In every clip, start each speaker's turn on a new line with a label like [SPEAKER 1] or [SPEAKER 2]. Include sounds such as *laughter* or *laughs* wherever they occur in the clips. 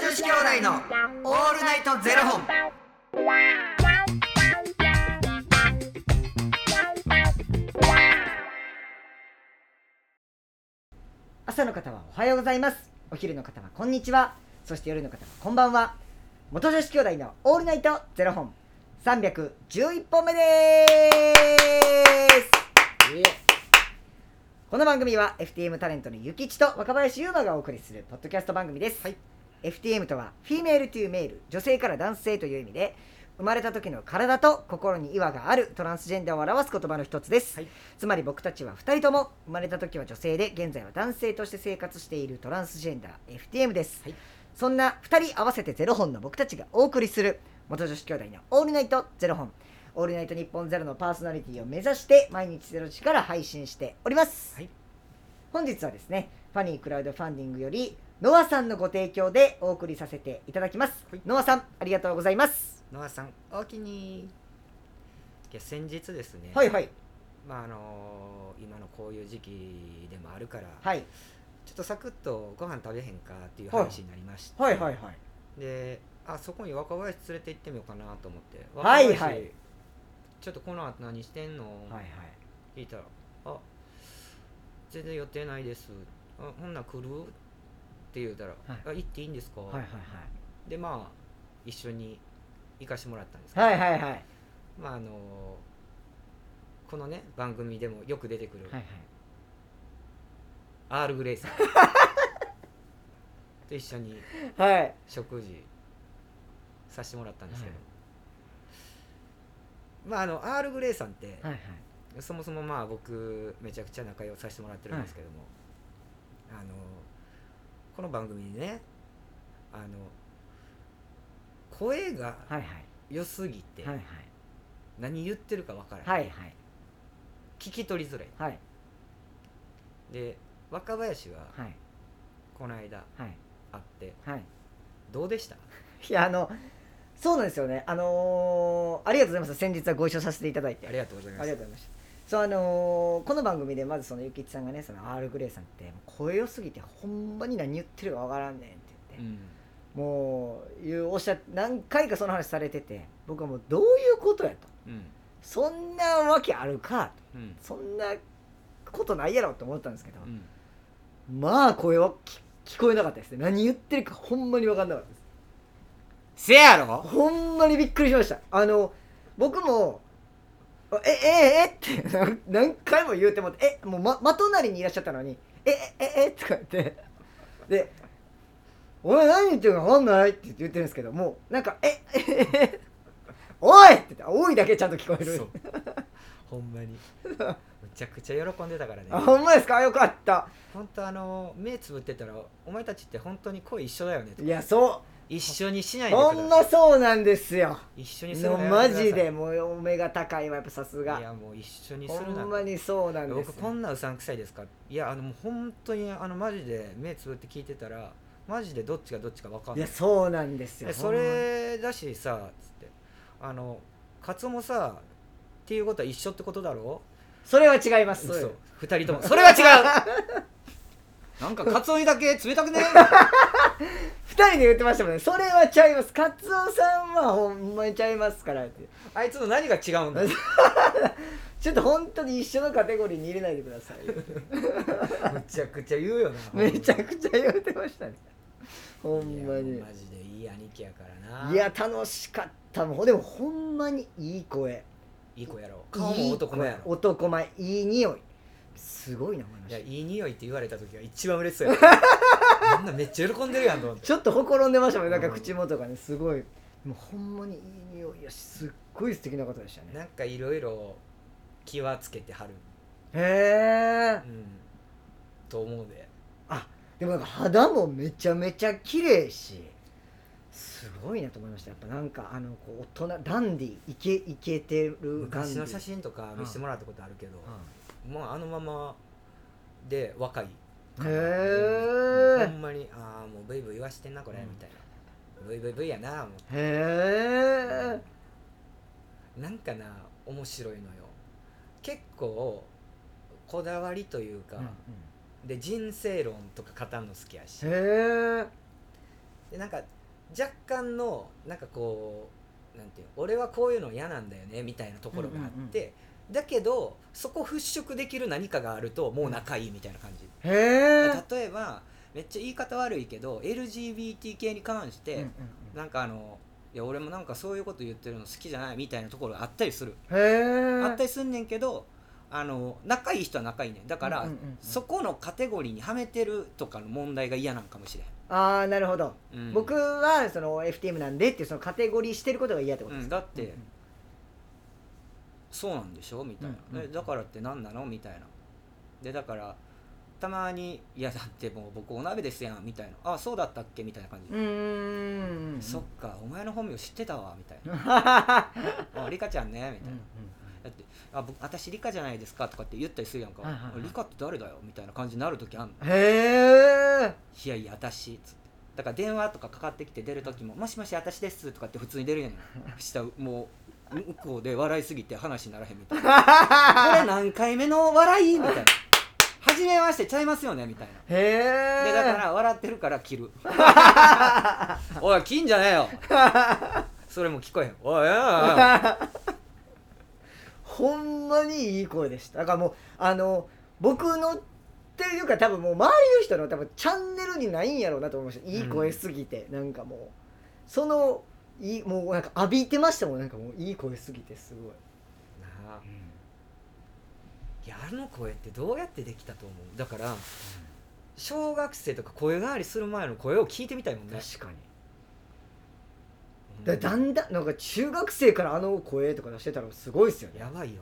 [SPEAKER 1] 子兄弟のオールナイトゼロ本。
[SPEAKER 2] 朝の方はおはようございますお昼の方はこんにちはそして夜の方はこんばんは元女子兄弟のオールナイトゼロ本311本目ですこの番組は FTM タレントのゆきちと若林優馬がお送りするポッドキャスト番組です、FTM とはフィメールというメール女性から男性という意味で生まれた時の体と心に違和があるトランスジェンダーを表す言葉の一つです、
[SPEAKER 1] はい
[SPEAKER 2] つまり僕たちは2人とも生まれた時は女性で現在は男性として生活しているトランスジェンダー FTM です、
[SPEAKER 1] はい
[SPEAKER 2] そんな2人合わせてゼロ本の僕たちがお送りする元女子兄弟の「オールナイトゼロ本」「オールナイト日本ゼロのパーソナリティを目指して毎日ゼロ時から配信しております、
[SPEAKER 1] はい
[SPEAKER 2] 本日はですねファニークラウドファンディングよりノアさんのご提供でお送りさせていただきます、
[SPEAKER 1] はい
[SPEAKER 2] ノアさんありがとうございます
[SPEAKER 1] ノアさん、おおきに。いや、先日ですね。
[SPEAKER 2] はいはい
[SPEAKER 1] まあ、あのー今のこういう時期でもあるから。
[SPEAKER 2] はい
[SPEAKER 1] ちょっとサクッとご飯食べへんかっていう話になりまして。
[SPEAKER 2] はいはいはい
[SPEAKER 1] で、あ、そこに若林連れて行ってみようかなと思って。
[SPEAKER 2] はいはい
[SPEAKER 1] 若林ちょっとこの後何してんの。
[SPEAKER 2] はいはい
[SPEAKER 1] 聞いたら「あ全然予定ないです」あ「ほんなら来る?」って言うたら「
[SPEAKER 2] はい
[SPEAKER 1] あ行っていいんですか
[SPEAKER 2] はいはい
[SPEAKER 1] でまあ一緒に行かしてもらったんですけど、
[SPEAKER 2] はいはいはいはいはい
[SPEAKER 1] まああのこのね番組でもよく出てくる、
[SPEAKER 2] はい
[SPEAKER 1] アール・グレイさ
[SPEAKER 2] *laughs*
[SPEAKER 1] んと一緒に
[SPEAKER 2] はい
[SPEAKER 1] 食事させてもらったんですけど、
[SPEAKER 2] は
[SPEAKER 1] まああのアール・グレイさんって、
[SPEAKER 2] はいはい
[SPEAKER 1] そもそもまあ僕めちゃくちゃ仲良くさせてもらってるんですけども、あのこの番組でねあの声が
[SPEAKER 2] はいはい
[SPEAKER 1] 良すぎて
[SPEAKER 2] はいはい
[SPEAKER 1] 何言ってるかわからない、
[SPEAKER 2] はいはい
[SPEAKER 1] 聞き取りづらい
[SPEAKER 2] はい
[SPEAKER 1] で若林は
[SPEAKER 2] はい
[SPEAKER 1] この間
[SPEAKER 2] はい
[SPEAKER 1] 会って
[SPEAKER 2] はい
[SPEAKER 1] どうでした *laughs*
[SPEAKER 2] いやあのそうなんですよねあのーありがとうございます先日はご一緒させていただいて
[SPEAKER 1] ありがとうござい
[SPEAKER 2] あ
[SPEAKER 1] ま
[SPEAKER 2] り
[SPEAKER 1] す
[SPEAKER 2] がとうございました。そうあのーこの番組でまずそのゆきちさんがねその R グレイさんってもう声良すぎてほんまに何言ってるかわからんねんって言
[SPEAKER 1] う
[SPEAKER 2] って、
[SPEAKER 1] ん
[SPEAKER 2] もういうおっしゃ何回かその話されてて僕はもうどういうことやと
[SPEAKER 1] うん
[SPEAKER 2] そんなわけあるか
[SPEAKER 1] うん
[SPEAKER 2] そんなことないやろと思ったんですけど
[SPEAKER 1] う、ん
[SPEAKER 2] まあ声はき聞こえなかったですね何言ってるかほんまに分かんなかったです
[SPEAKER 1] せやろ
[SPEAKER 2] ほんまにびっくりしましたあの僕も「ええええって何何回も言うてもって「えもうまま隣にいらっしゃったのに「ええええとか言ってで「お前何言ってるか分かんない?」って言ってるんですけどもうなんか「ええええおい!」って言って「おい!」だけちゃんと聞こえ
[SPEAKER 1] *laughs*
[SPEAKER 2] る
[SPEAKER 1] そう *laughs* ほん
[SPEAKER 2] *laughs*
[SPEAKER 1] まにむちゃくちゃ喜んでたからね
[SPEAKER 2] あほんまですかよかった
[SPEAKER 1] 本当あの目つぶってたらお前たちって本当に声一緒だよねと
[SPEAKER 2] いやそ
[SPEAKER 1] 一緒にしな
[SPEAKER 2] う
[SPEAKER 1] いでくだ
[SPEAKER 2] ほ
[SPEAKER 1] さい
[SPEAKER 2] んまそうなんですよ
[SPEAKER 1] 一緒にする
[SPEAKER 2] の
[SPEAKER 1] のやめ
[SPEAKER 2] マ
[SPEAKER 1] てください
[SPEAKER 2] ジでもうお目が高いわやっぱさす
[SPEAKER 1] い
[SPEAKER 2] が
[SPEAKER 1] やもう一緒にす
[SPEAKER 2] ほ
[SPEAKER 1] るなんん
[SPEAKER 2] ま
[SPEAKER 1] て
[SPEAKER 2] にそうなんです
[SPEAKER 1] 僕
[SPEAKER 2] よ
[SPEAKER 1] こんなうさんくさいですかいやあのもう本当にあのマジで目つぶって聞いてたらマジでどっちがどっちか分かん
[SPEAKER 2] い
[SPEAKER 1] な
[SPEAKER 2] や
[SPEAKER 1] い
[SPEAKER 2] そうなんですよ
[SPEAKER 1] えそれだしさつってあのカツオもさっていうことは一緒ってことだろ
[SPEAKER 2] それは違います。
[SPEAKER 1] そ
[SPEAKER 2] そうう
[SPEAKER 1] 二人ともそれは違う *laughs* なんかカツオにだけ冷たくね
[SPEAKER 2] 二人で言ってましたもんね。それは違います。カツオさんはほんまにちゃいますからって。
[SPEAKER 1] あいつの何が違うんだ
[SPEAKER 2] ちょっと本当に一緒のカテゴリーに入れないでください。
[SPEAKER 1] *laughs* むちゃくちゃ言うよな
[SPEAKER 2] めちゃくちゃ言ってましたね。ほんま
[SPEAKER 1] い
[SPEAKER 2] に
[SPEAKER 1] や。マジでいい兄貴やからない
[SPEAKER 2] いや、楽しかった。もうでもほんまにいい声。
[SPEAKER 1] い子やろ顔も男前や
[SPEAKER 2] いい
[SPEAKER 1] ろ
[SPEAKER 2] 声男前。いい匂い。すごいな、思いま
[SPEAKER 1] い
[SPEAKER 2] し
[SPEAKER 1] や
[SPEAKER 2] た。
[SPEAKER 1] いい匂いって言われた時が一番嬉しそうやったみんなめっちゃ喜んでるやんと思って
[SPEAKER 2] ちょっとほころんでましたもんね。なんか
[SPEAKER 1] うん
[SPEAKER 2] 口元がね、すごい。もうほんまにいい匂いやし、すっごい素敵な方で
[SPEAKER 1] *laughs*
[SPEAKER 2] したね。
[SPEAKER 1] なんかいろいろ気はつけてはる、
[SPEAKER 2] へえ
[SPEAKER 1] う。ん、と思うで
[SPEAKER 2] でもなんか肌もめちゃめちゃ綺麗しすごいなと思いましたやっぱなんかあのこう大人ダンディイケイケてる感
[SPEAKER 1] 昔
[SPEAKER 2] じ
[SPEAKER 1] の写真とか見せてもらったことあるけど、もうあのままで若い
[SPEAKER 2] へ
[SPEAKER 1] うんほ
[SPEAKER 2] え
[SPEAKER 1] んまにああもうブイブイ言わしてんなこれ、
[SPEAKER 2] うん
[SPEAKER 1] みたいなブイブイブイやなも
[SPEAKER 2] へえ
[SPEAKER 1] うなんかな面白いのよ結構こだわりというか、で人生論とか語るの好きやし
[SPEAKER 2] へえ
[SPEAKER 1] でなんか若干のなんかこうなんていうの俺はこういうの嫌なんだよねみたいなところがあって、だけどそこ払拭できる何かがあるともう仲いいみたいな感じ、
[SPEAKER 2] へえ
[SPEAKER 1] 例えばめっちゃ言い方悪いけど LGBT 系に関して、
[SPEAKER 2] へ
[SPEAKER 1] なんかあのいや俺もなんかそういうこと言ってるの好きじゃないみたいなところがあったりする、
[SPEAKER 2] え
[SPEAKER 1] あったりすんねんけどあの仲いい人は仲いいねんだから、
[SPEAKER 2] うんうんうんうん
[SPEAKER 1] そこのカテゴリーにはめてるとかの問題が嫌なんかもしれ
[SPEAKER 2] ああなるほど、
[SPEAKER 1] ん、うん
[SPEAKER 2] 僕はその FTM なんでっていうそのカテゴリーしてることが嫌ってこ
[SPEAKER 1] う
[SPEAKER 2] とです
[SPEAKER 1] ん、
[SPEAKER 2] か、
[SPEAKER 1] だって、そうなんでしょみたいな、
[SPEAKER 2] うんうんうん
[SPEAKER 1] えだからって何なのみたいなでだからたまに「いやだってもう僕お鍋ですやん」みたいな「あそうだったっけ?」みたいな感じ、
[SPEAKER 2] うーん
[SPEAKER 1] そっかお前の本名知ってたわ」みたいな「あリカちゃんね」みたいな。だってあ僕私リカじゃないですかとかって言ったりするやんか、
[SPEAKER 2] はいはいはい
[SPEAKER 1] リカって誰だよみたいな感じになる時あんの
[SPEAKER 2] へえ
[SPEAKER 1] いやいや私っつってだから電話とかかかってきて出る時も「もしもし私です」とかって普通に
[SPEAKER 2] *laughs*
[SPEAKER 1] 出るやんしたらもう向こうで笑いすぎて話にならへんみた
[SPEAKER 2] *laughs*
[SPEAKER 1] いなこれ何回目の笑いみたいな「初めましてちゃいますよね」みたいな
[SPEAKER 2] へえ
[SPEAKER 1] でだから笑ってるから
[SPEAKER 2] *laughs*
[SPEAKER 1] 切るおい切んじゃねえよそれも聞こえへん
[SPEAKER 2] *laughs*
[SPEAKER 1] おいおいおいおい
[SPEAKER 2] ほんまにいい声でしただからもうあの僕のっていうか多分もう周りの人の多分チャンネルにないんやろうなと思いましたいい声すぎて、なんかもうそのいいもうなんか浴びてましたもんなんかもういい声すぎてすごい
[SPEAKER 1] なあ、いやあの声ってどうやってできたと思うだから、小学生とか声変わりする前の声を聞いてみたいもんね
[SPEAKER 2] かに
[SPEAKER 1] う
[SPEAKER 2] だだんだんなんか中学生からあの声とか出してたらすごいっすよね
[SPEAKER 1] やばいよ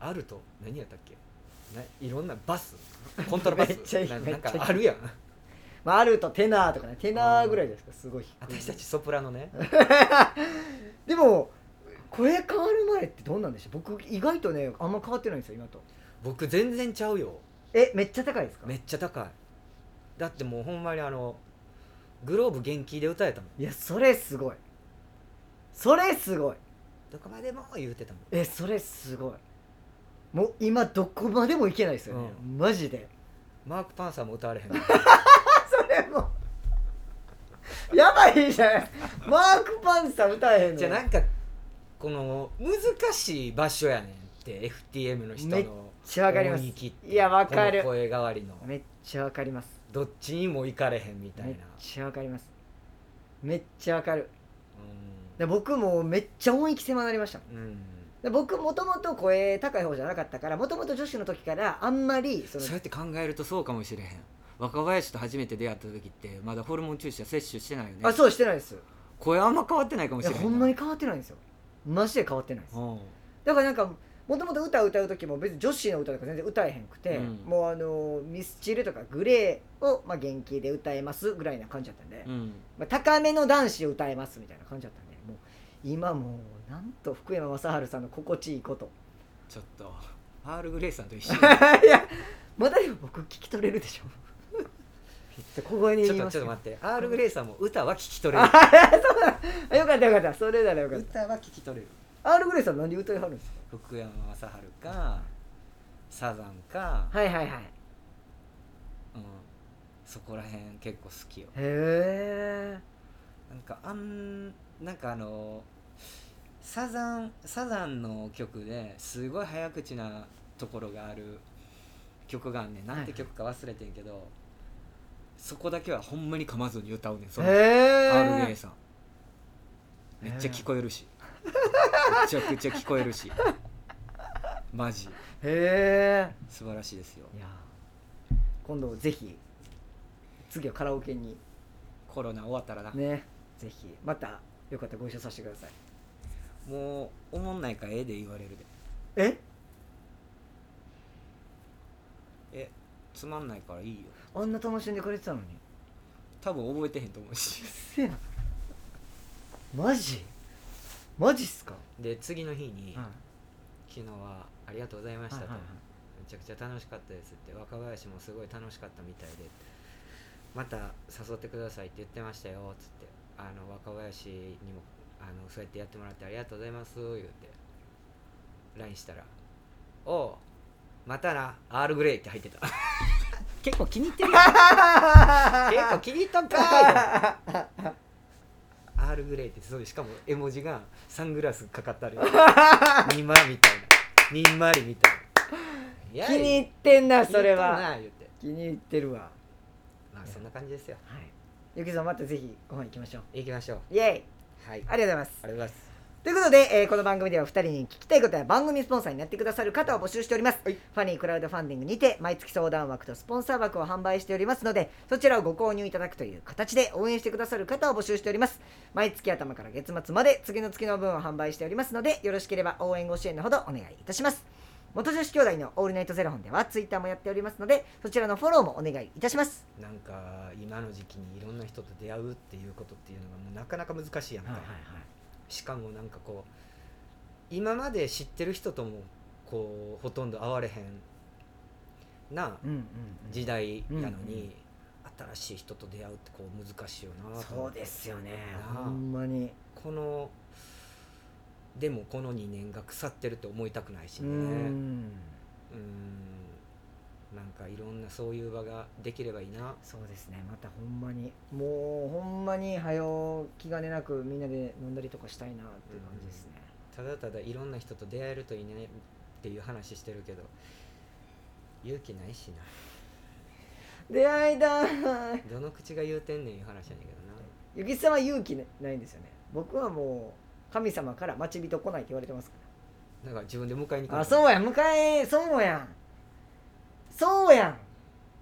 [SPEAKER 1] なあると何やったっけないろんなバ
[SPEAKER 2] *laughs*
[SPEAKER 1] スコントラバス
[SPEAKER 2] めっちゃいい
[SPEAKER 1] な
[SPEAKER 2] め
[SPEAKER 1] な
[SPEAKER 2] っ
[SPEAKER 1] ん
[SPEAKER 2] ちゃいい
[SPEAKER 1] かあるやん
[SPEAKER 2] まあ、あるとテナーとかねテナーぐらいじゃないですかすごい低い
[SPEAKER 1] 私たちソプラノね
[SPEAKER 2] でも声変わる前ってどんなんでした僕意外とねあんま変わってないんですよ今と
[SPEAKER 1] 僕全然ちゃうよ
[SPEAKER 2] えめっちゃ高いですか
[SPEAKER 1] めっちゃ高いだってもうほんまにあのグローブ元気で歌えたもん
[SPEAKER 2] いやそれすごいそれすごい
[SPEAKER 1] どこまでも言うてたもん
[SPEAKER 2] えそれすごいもう今どこまでもいけないですよね、マジで
[SPEAKER 1] マーク・パンサーも歌われへ
[SPEAKER 2] *laughs*
[SPEAKER 1] んの
[SPEAKER 2] あそれもうやばいじゃないマーク・パンサー歌えへんの
[SPEAKER 1] じゃあなんかこの難しい場所やねんって FTM の人
[SPEAKER 2] めっ
[SPEAKER 1] の
[SPEAKER 2] めっちゃわかります
[SPEAKER 1] 思い切
[SPEAKER 2] い
[SPEAKER 1] って
[SPEAKER 2] やわか
[SPEAKER 1] この
[SPEAKER 2] る
[SPEAKER 1] 声変わりの
[SPEAKER 2] めっちゃわかります
[SPEAKER 1] どっちにも行かれへんみたい
[SPEAKER 2] めっ
[SPEAKER 1] な
[SPEAKER 2] ちゃわかりますめっちゃわかる
[SPEAKER 1] う
[SPEAKER 2] で僕もめっちゃ音域狭なりましたもん
[SPEAKER 1] ん、うん、
[SPEAKER 2] で僕もともと声高い方じゃなかったからもともと女子の時からあんまりその
[SPEAKER 1] そうやって考えるとそうかもしれへん若林と初めて出会った時ってまだホルモン注射摂取してないよね
[SPEAKER 2] あそうしてないです
[SPEAKER 1] 声あんま変わってないかも
[SPEAKER 2] い
[SPEAKER 1] し
[SPEAKER 2] や
[SPEAKER 1] れへん
[SPEAKER 2] ほんまに変わってないんですよマジで変わってないです
[SPEAKER 1] うん
[SPEAKER 2] だからなんかもともと歌を歌う時も別に女子の歌とか全然歌えへんくて、
[SPEAKER 1] うん
[SPEAKER 2] もうあのミスチルとかグレーを、まあ、元気で歌えますぐらいな感じだったんで、
[SPEAKER 1] うん
[SPEAKER 2] まあ、高めの男子を歌えますみたいな感じだったんでもう今もうなんと福山雅治さんの心地いいこと *laughs*
[SPEAKER 1] ちょっとアール・グレイさんと一緒に
[SPEAKER 2] いやまだでも僕聞き取れるで
[SPEAKER 1] *laughs*
[SPEAKER 2] しょちょっと小声に
[SPEAKER 1] ち
[SPEAKER 2] 言
[SPEAKER 1] ょっ
[SPEAKER 2] い
[SPEAKER 1] と
[SPEAKER 2] ます
[SPEAKER 1] ち
[SPEAKER 2] け
[SPEAKER 1] ょっと
[SPEAKER 2] ど
[SPEAKER 1] 待ってアール・グレイさんも歌は聞き取れる
[SPEAKER 2] あよかったよかったそれならよかった
[SPEAKER 1] 歌は聞き取れる
[SPEAKER 2] R グレイさん何で歌いはるんですか
[SPEAKER 1] 福山雅治かサザンか、
[SPEAKER 2] はいはいはいへ
[SPEAKER 1] うん、そこら辺結構好きよ
[SPEAKER 2] え
[SPEAKER 1] なんかあんなんかあのサザンサザンの曲ですごい早口なところがある曲があんねんなんて曲か忘れてんけど、そこだけはほんまに噛まずに歌うねんそ
[SPEAKER 2] へ
[SPEAKER 1] の
[SPEAKER 2] え
[SPEAKER 1] RA さんめっちゃ聞こえ
[SPEAKER 2] *laughs*
[SPEAKER 1] るしめちゃくちゃ聞こえるしマジ
[SPEAKER 2] へ
[SPEAKER 1] 素晴らしいですよ
[SPEAKER 2] えいや今度ぜひ次はカラオケに
[SPEAKER 1] コロナ終わったらな、
[SPEAKER 2] ねぜひまたよかったらご一緒させてください
[SPEAKER 1] もうおもんないからええで言われるで
[SPEAKER 2] え
[SPEAKER 1] えつまんないからいいよ
[SPEAKER 2] あんな楽しんでくれてたのに
[SPEAKER 1] 多分覚えてへんと思うし
[SPEAKER 2] うっせえなマジマジっすか、
[SPEAKER 1] で次の日に、
[SPEAKER 2] はい
[SPEAKER 1] 昨日はありがとうございましたと、
[SPEAKER 2] はいはいはい
[SPEAKER 1] めちゃくちゃ楽しかったですって若林もすごい楽しかったみたいでまた誘ってくださいって言ってましたよつってあの若林にもあのそうやってやってもらってありがとうございます言うて LINE したら「おうまたな R グレイ」って入ってた *laughs* 結構気に入ってるやん *laughs* 結構
[SPEAKER 2] 結
[SPEAKER 1] 気に入ったんかーい
[SPEAKER 2] 構
[SPEAKER 1] *laughs* アールグレイってそうでしかも絵文字がサングラスかかっ
[SPEAKER 2] *laughs*
[SPEAKER 1] たるにんまりみたいなにんまりみたいない
[SPEAKER 2] *laughs*
[SPEAKER 1] や
[SPEAKER 2] 気に入ってんなそれ
[SPEAKER 1] 気に入った
[SPEAKER 2] は
[SPEAKER 1] な言って
[SPEAKER 2] 気に入ってるわ
[SPEAKER 1] まあそんな感じですよ
[SPEAKER 2] はいゆきさんまたぜひご飯行きましょう
[SPEAKER 1] 行きましょう
[SPEAKER 2] イエイ
[SPEAKER 1] は
[SPEAKER 2] あ
[SPEAKER 1] い
[SPEAKER 2] りがとうございます
[SPEAKER 1] ありがとうございます
[SPEAKER 2] ということで、えーこの番組では2人に聞きたいことや番組スポンサーになってくださる方を募集しております、
[SPEAKER 1] はい
[SPEAKER 2] ファニークラウドファンディングにて毎月相談枠とスポンサー枠を販売しておりますのでそちらをご購入いただくという形で応援してくださる方を募集しております毎月頭から月末まで次の月の分を販売しておりますのでよろしければ応援ご支援のほどお願いいたします元女子兄弟のオールナイトゼロ本ではツイッターもやっておりますのでそちらのフォローもお願いいたします
[SPEAKER 1] なんか今の時期にいろんな人と出会うっていうことっていうのがもうなかなか難しいやんか、しかもなんかこう今まで知ってる人ともこうほとんど会われへんな
[SPEAKER 2] うんうんうん
[SPEAKER 1] 時代やの
[SPEAKER 2] う
[SPEAKER 1] に、
[SPEAKER 2] んうん
[SPEAKER 1] 新しい人と出会うってこう難しいよなと思
[SPEAKER 2] そ
[SPEAKER 1] っ
[SPEAKER 2] う
[SPEAKER 1] て
[SPEAKER 2] ですよね
[SPEAKER 1] なあ
[SPEAKER 2] ほんまに
[SPEAKER 1] このでもこの2年が腐ってるって思いたくないし
[SPEAKER 2] う
[SPEAKER 1] ねうん
[SPEAKER 2] ん
[SPEAKER 1] なんかいろんなそういう場ができればいいな
[SPEAKER 2] そうですねまたほんまにもうほんまに早う気兼ねなくみんなで飲んだりとかしたいなっていう感じですね、
[SPEAKER 1] ただただいろんな人と出会えるといいねっていう話してるけど勇気ないしな
[SPEAKER 2] 出会いだー
[SPEAKER 1] どの口が言うてんねんいう話やねんけ
[SPEAKER 2] ゆきさんは勇気ねないんですよね僕はもう神様から待ち人来ないって言われてますか
[SPEAKER 1] どなだから自分で迎えに行
[SPEAKER 2] らあ
[SPEAKER 1] う
[SPEAKER 2] そうや迎えそうやんそうやん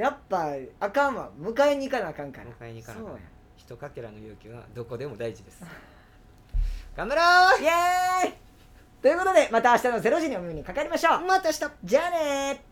[SPEAKER 2] やっぱあかんわ迎えに行かなあかんから
[SPEAKER 1] 迎えに行かなあ
[SPEAKER 2] そ
[SPEAKER 1] かん
[SPEAKER 2] う
[SPEAKER 1] 一かけらの勇気はどこでも大事です頑張ろ
[SPEAKER 2] やんイエーイということでまた明日の0時にお耳にかかりましょう
[SPEAKER 1] うまた明日
[SPEAKER 2] じゃあねー